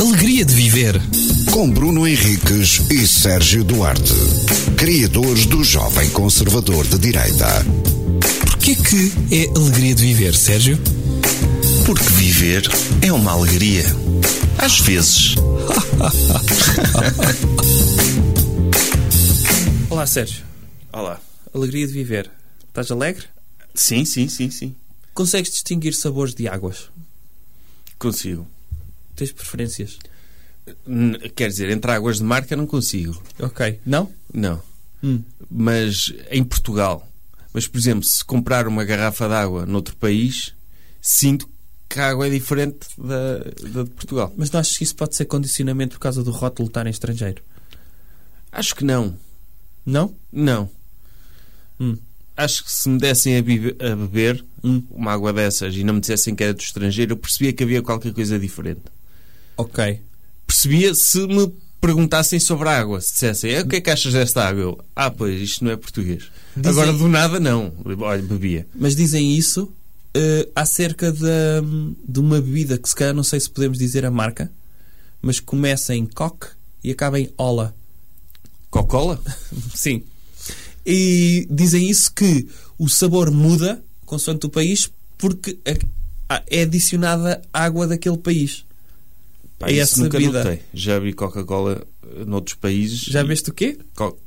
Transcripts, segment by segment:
alegria de viver. Com Bruno Henriques e Sérgio Duarte, criadores do Jovem Conservador de Direita. Porquê que é alegria de viver, Sérgio? Porque viver é uma alegria. Às vezes. Olá, Sérgio. Olá. Alegria de viver. Estás alegre? Sim, sim, sim, sim. Consegues distinguir sabores de águas? Consigo. Tens preferências? N- Quer dizer, entre águas de marca não consigo. Ok. Não? Não. Hum. Mas em Portugal. Mas, por exemplo, se comprar uma garrafa de água noutro país, sinto que a água é diferente da, da de Portugal. Mas não achas que isso pode ser condicionamento por causa do rótulo estar em estrangeiro? Acho que não. Não? Não. Hum. Acho que se me dessem a, bibe- a beber Hum. uma água dessas e não me dissessem que era do estrangeiro, eu percebia que havia qualquer coisa diferente. Ok. Percebia se me perguntassem sobre a água, se dissessem, "Eh, o que é que achas desta água? Eu, ah, pois, isto não é português. Dizem- Agora, do nada, não. Olha, bebia. Mas dizem isso eh, acerca da- de, uma bebida que se calhar não sei se podemos dizer a marca, mas começa em coque e acaba em ola. Coca-Cola? Sim. E dizem isso que o sabor muda consoante o país porque a- a- é adicionada água daquele país. Pá, É isso essa nunca bebida. notei. Já vi Coca-Cola eh, noutros países. Já viste o quê? Co-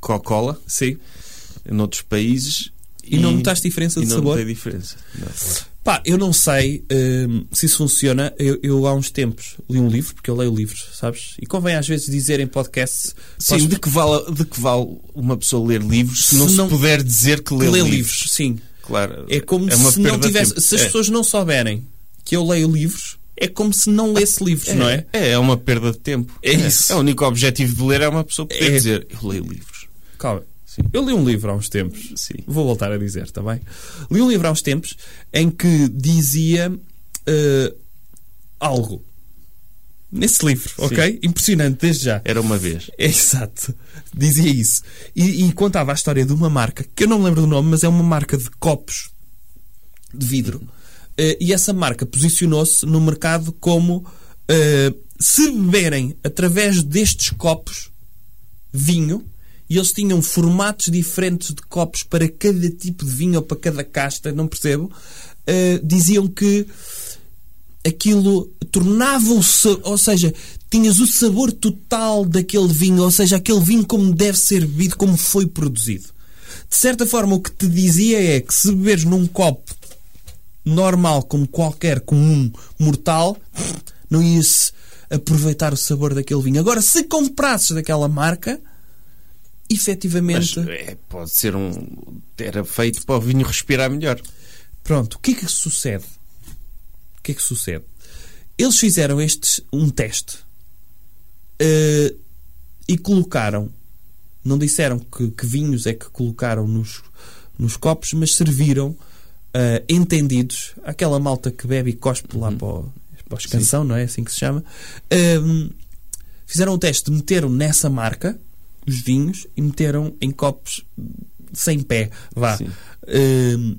Coca-Cola Sim. noutros países. E, não notaste diferença e de não sabor? notei diferença. Não. Pá, eu não sei hum, se isso funciona. Eu, eu há uns tempos li um livro, porque eu leio livros, sabes? E convém às vezes dizer em podcast Sim, posso- de, que vale, de que vale uma pessoa ler livros se não Se se, não- puder dizer que lê, que lê livros? livros. Sim. Claro. É como uma se não perda de tivesse. tempo. Se as É. pessoas não souberem que eu leio livros, é como se não lesse livros, não é? É, é uma perda de tempo. É isso. É, o único objetivo de ler é uma pessoa poder É. dizer: Eu leio livros. Calma. Sim. Eu li um livro há uns tempos. Sim. Vou voltar a dizer, está bem? Li um livro há uns tempos em que dizia eh, algo. Nesse livro, ok? Impressionante, desde já. Era uma vez. É, Exato. Dizia isso. E, e contava a história de uma marca, que eu não me lembro do nome, mas é uma marca de copos de vidro. Eh, e essa marca posicionou-se no mercado como eh, se beberem através destes copos vinho, e eles tinham formatos diferentes de copos para cada tipo de vinho ou para cada casta, não percebo. eh, diziam que aquilo tornava o sa- ou seja, tinhas o sabor total daquele vinho, ou seja, aquele vinho como deve ser bebido, como foi produzido. De certa forma, o que te dizia é que se beberes num copo normal, como qualquer comum mortal, não ia-se aproveitar o sabor daquele vinho. Agora, se comprasses daquela marca, Mas efetivamente. é, pode ser um. Era feito para o vinho respirar melhor. Pronto, o que é que sucede? O que é que sucede? Eles fizeram este, um teste eh, e colocaram, não disseram que, que vinhos é que colocaram nos, nos copos, mas serviram eh, entendidos, aquela malta que bebe e cospe lá para, o, para os canção, não é assim que se chama, Ehm, fizeram o teste, meteram nessa marca os vinhos e meteram em copos sem pé, vá. Sim. Ehm,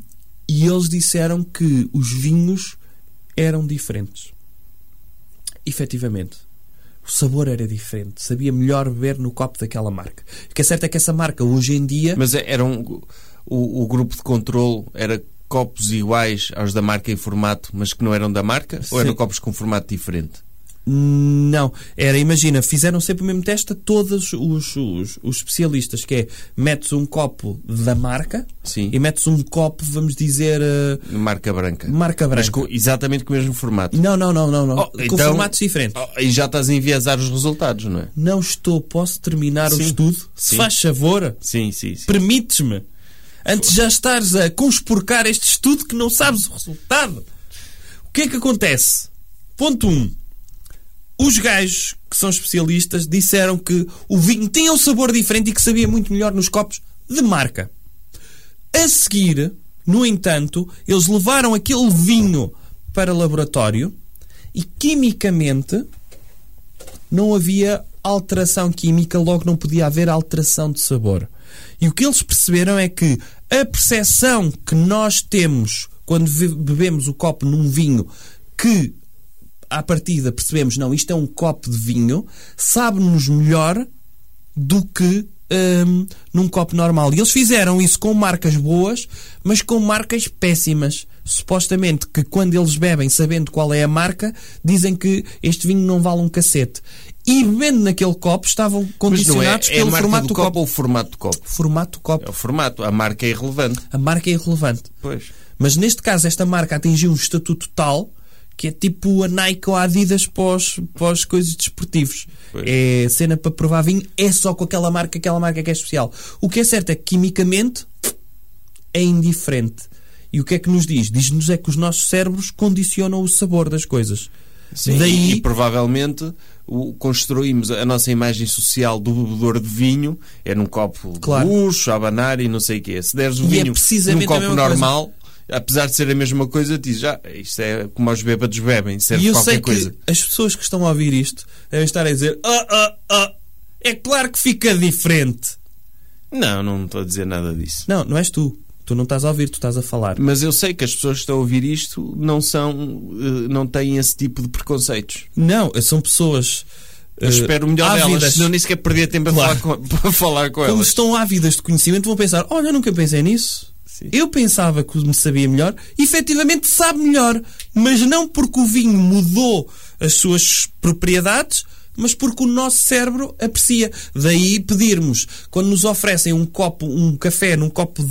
e eles disseram que os vinhos eram diferentes. Efetivamente. O sabor era diferente. Sabia melhor beber no copo daquela marca. O que é certo é que essa marca, hoje em dia... Mas é- era um. O, o grupo de controle era copos iguais aos da marca em formato, mas que não eram da marca? Ou eram Sim. copos com formato diferente? Não, era, imagina, fizeram sempre o mesmo teste a todos os, os, os especialistas, que é metes um copo da marca Sim. e metes um copo, vamos dizer, eh, Marca branca. marca branca. Mas com- exatamente com o mesmo formato. Não, não, não, não, não. Oh, com então- formatos diferentes. Oh, e já estás a enviesar os resultados, não é? Não estou, posso terminar o Sim. estudo? Se Sim. faz favor, Sim, sim, sim. permites-me, antes de já estares a conspurcar este estudo que não sabes o resultado. O que é que acontece? Ponto 1. Um. Os gajos que são especialistas disseram que o vinho tinha um sabor diferente e que sabia muito melhor nos copos de marca. A seguir, no entanto, eles levaram aquele vinho para laboratório e quimicamente não havia alteração química, logo não podia haver alteração de sabor. E o que eles perceberam é que a percepção que nós temos quando ve- bebemos o copo num vinho que à partida percebemos, não, isto é um copo de vinho, sabe-nos melhor do que hum, num copo normal. E eles fizeram isso com marcas boas, mas com marcas péssimas. Supostamente que quando eles bebem, sabendo qual é a marca, dizem que este vinho não vale um cacete. E bebendo naquele copo, estavam Mas não é, condicionados é a pelo marca formato do do copo, copo. ou o formato do copo? Formato do copo. É o formato, a marca é irrelevante. A marca é irrelevante. Pois. Mas neste caso, esta marca atingiu um estatuto tal que é tipo a Nike ou a Adidas pós, pós coisas desportivos. Pois. É cena para provar vinho, é só com aquela marca, aquela marca que é especial. O que é certo é que quimicamente é indiferente. E o que é que nos diz? Diz-nos é que os nossos cérebros condicionam o sabor das coisas. E Daí, provavelmente o, construímos a nossa imagem social do bebedor de vinho é num copo Claro. de luxo, a abanar e não sei o quê. Se deres o E é vinho precisamente num a copo mesma normal, apesar de ser a mesma coisa, diz já, isto é como os bêbados bebem, serve e eu qualquer sei coisa. que as pessoas que estão a ouvir isto devem estar a dizer: ah, ah, ah, é claro que fica diferente. Não, não estou a dizer nada disso. Não, não és tu. Tu não estás a ouvir, tu estás a falar. Mas eu sei que as pessoas que estão a ouvir isto não são, eh, não têm esse tipo de preconceitos. Não, são pessoas. Eu eh, espero o melhor delas, ávidas. senão nem sequer perder tempo a Claro. falar com, para falar com Como elas. estão ávidas de conhecimento, vão pensar: olha, eu nunca pensei nisso. Sim. Eu pensava que me sabia melhor, efetivamente sabe melhor, mas não porque o vinho mudou as suas propriedades, mas porque o nosso cérebro aprecia. Daí pedirmos, quando nos oferecem um copo, um café num copo de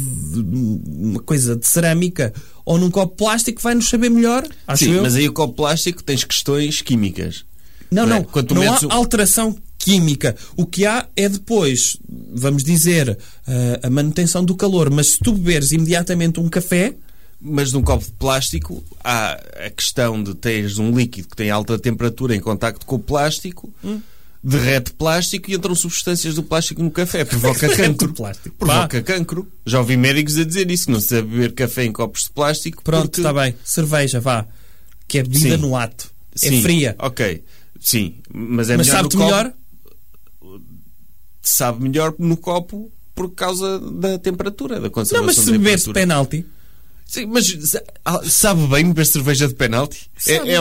uma coisa de cerâmica ou num copo plástico, vai-nos saber melhor. Acho Sim, eu. mas aí o copo plástico tens questões químicas. Não, Não é? não. Quando tu não há metes o- alteração química. O que há é depois, vamos dizer, eh, a manutenção do calor. Mas se tu beberes imediatamente um café, Mas num copo de plástico há a questão de teres um líquido que tem alta temperatura em contacto com o plástico, Hum. derrete plástico e entram substâncias do plástico no café. Provoca Derrete o cancro. plástico. Provoca cancro. Já ouvi médicos a dizer isso, que não se deve beber café em copos de plástico. pronto, porque- está bem. Cerveja, vá. Que é bebida Sim. no ato. Sim, É fria. Ok, sim, mas é mas melhor. sabe-te no copo- melhor? Sabe melhor no copo por causa da temperatura, da conservação Não, mas se da beberes temperatura. penalti, Sim, mas sa- ah, sabe bem beber cerveja de penalti? É, é, é,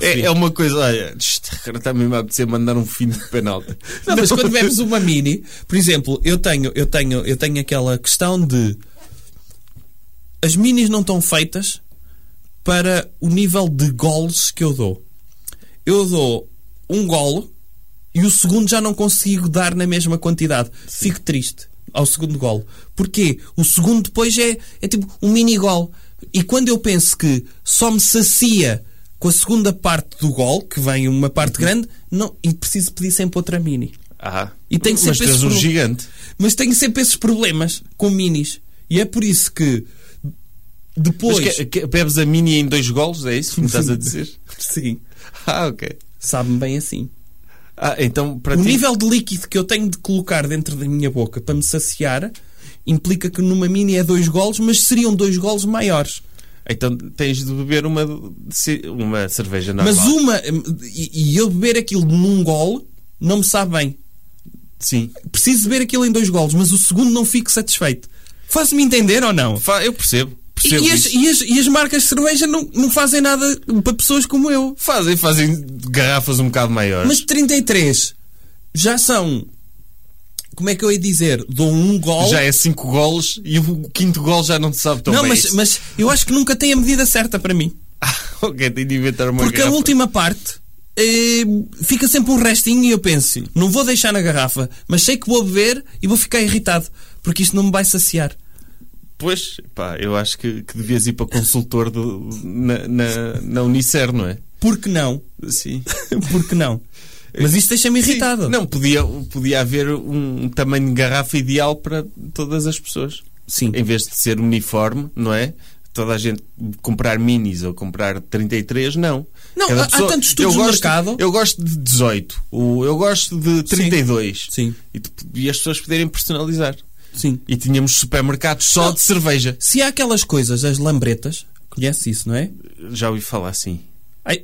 é, é uma coisa, olha, isto, agora está mesmo a apetecer mandar um fim de penalti. Não, mas quando bebes uma mini, por exemplo, eu tenho, eu tenho, eu tenho aquela questão de as minis não estão feitas para o nível de goles que eu dou. Eu dou um golo e o segundo já não consigo dar na mesma quantidade. Fico triste ao segundo golo. Porquê? O segundo depois é, é tipo um mini gol. E quando eu penso que só me sacia com a segunda parte do gol, que vem uma Uhum. parte grande, não, e preciso pedir sempre outra mini. Ah, E tem que ser mas tens peso um por um. gigante. Mas tenho sempre esses problemas com minis. E é por isso que depois. Mas é que- que- bebes a mini em dois golos, é isso que me estás a dizer? Sim, Ah, ok. sabe-me bem assim. Ah, então para O ti... nível de líquido que eu tenho de colocar dentro da minha boca para me saciar implica que numa mini é dois golos, mas seriam dois golos maiores. Então tens de beber uma, se- uma cerveja normal. Mas um- uma. hum, E, e eu beber aquilo num gol não me sabe bem. Sim. Preciso beber aquilo em dois golos, mas o segundo não fico satisfeito. Faz-me entender ou não? Fa- Eu percebo. E, percebo e as, isso. e as- e as marcas de cerveja não, não fazem nada para pessoas como eu. Fazem, fazem garrafas um bocado maiores. Mas 33 já são. Como é que eu ia dizer? Dou um gol. Já é cinco golos e o quinto gol já não te sabe tão não, bem. mas, isso. mas eu acho que nunca tem a medida certa para mim. ok, tem de inventar uma Porque a garrafa. última parte eh, fica sempre um restinho e eu penso: não vou deixar na garrafa, mas sei que vou beber e vou ficar irritado porque isto não me vai saciar. Pois, pá, eu acho que, que devias ir para consultor do, na, na, na Unicer, não é? Por que não? Sim. Por que não? Mas isto deixa-me irritado. Sim. Não, podia, podia haver um tamanho de garrafa ideal para todas as pessoas. Sim. Em vez de ser uniforme, não é? Toda a gente comprar minis ou comprar 33, não. Não, há- há tantos estudos eu no gosto, mercado. Eu gosto de 18, o- eu gosto de 32. Sim. E, tu- e as pessoas poderem personalizar. Sim. E tínhamos supermercados só Não. de cerveja. Se há aquelas coisas, as lambretas, conhece isso, não é? Já ouvi falar assim. Ai,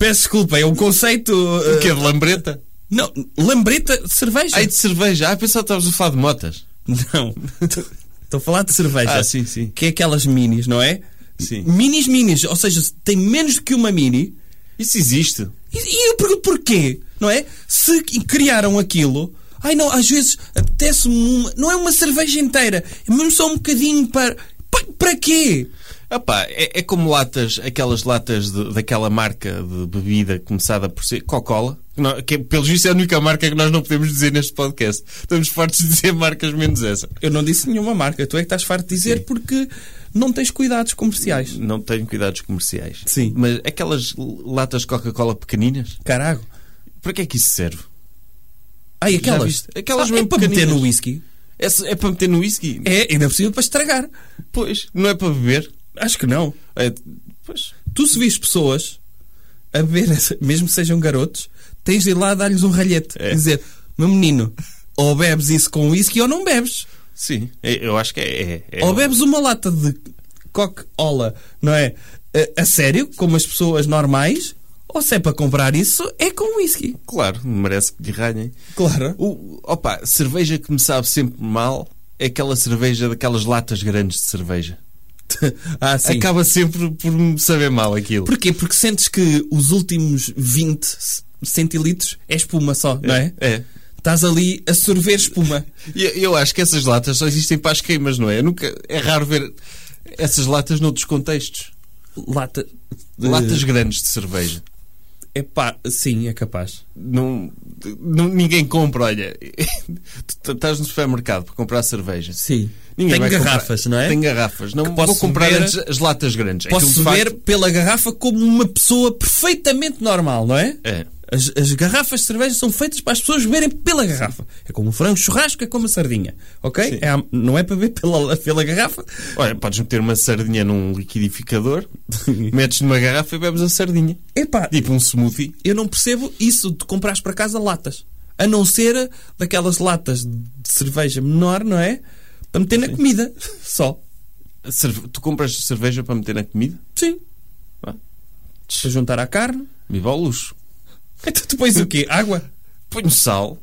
peço desculpa, é um conceito. O eh, que é de lambreta? Não, lambreta de cerveja? Ai, de cerveja. Ah, pensava que estavas a falar de motas. Não. Estou a falar de cerveja. Ah, sim, sim. Que é aquelas minis, não é? Sim. Minis, minis. Ou seja, se tem menos do que uma mini. Isso existe. E, e eu pergunto porquê, não é? Se criaram aquilo... Ai não, às vezes apetece-me uma... Não é uma cerveja inteira. É mesmo só um bocadinho para... Para, para quê? Epá, é, é como latas, aquelas latas de- daquela marca de bebida começada por ser Coca-Cola. que não- Que, é, pelos vistos, é a única marca que nós não podemos dizer neste podcast. Estamos fartos de dizer marcas menos essa. Eu não disse nenhuma marca. Tu é que estás farto de dizer porque não tens cuidados comerciais. Não tenho cuidados comerciais. Sim. Mas aquelas latas de Coca-Cola pequeninas, Carago. para que é que isso serve? Ai, Já aquelas. viste? Aquelas ah, é mesmo para meter pequeninas. no whisky. É, se- é para meter no whisky? É, ainda possível para estragar. Pois, não é para beber? Acho que não. É, pois. Tu se vês pessoas a beber, essa- mesmo que sejam garotos, tens de ir lá dar-lhes um ralhete. É. E dizer, meu menino, ou bebes isso com whisky ou não bebes. Sim, é- eu acho que é. é, é ou bebes uma lata de Coca-Cola, não é? A, a sério, como as pessoas normais, ou se é para comprar isso, é com whisky. Claro, merece que lhe ralhem. Claro. O, opa, cerveja que me sabe sempre mal é aquela cerveja daquelas latas grandes de cerveja. ah, sim. Acaba sempre por me saber mal aquilo. Porquê? Porque sentes que os últimos 20 centilitros é espuma só, não é? É. Estás ali a sorver espuma. E Eu, eu acho que essas latas só existem para as queimas, não é? Eu nunca, é raro ver essas latas noutros contextos. Lata. Latas grandes de cerveja. É pá, sim, é capaz. Não, não- ninguém compra, olha. Tu estás no supermercado para comprar cerveja. Sim. Ninguém Tem vai comprar. garrafas, não é? Tem garrafas. Não Que posso vou comprar ver- antes as latas grandes. Aquilo, de Posso facto, ver pela garrafa como uma pessoa perfeitamente normal, não é? É. As, as garrafas de cerveja são feitas para as pessoas beberem pela garrafa. É como um frango churrasco, é como a sardinha. Ok? Sim. É a- não é para beber pela, pela garrafa. Olha, podes meter uma sardinha num liquidificador, metes numa garrafa e bebes a sardinha. Epá, Tipo um smoothie. Eu não percebo isso de comprares para casa latas. A não ser daquelas latas de cerveja menor, não é? Para meter na comida. Só. Cerve- Tu compras cerveja para meter na comida? Sim. Ah. Para juntar à carne. Me vá ao luxo. Então tu pões o quê? Água? Ponho sal.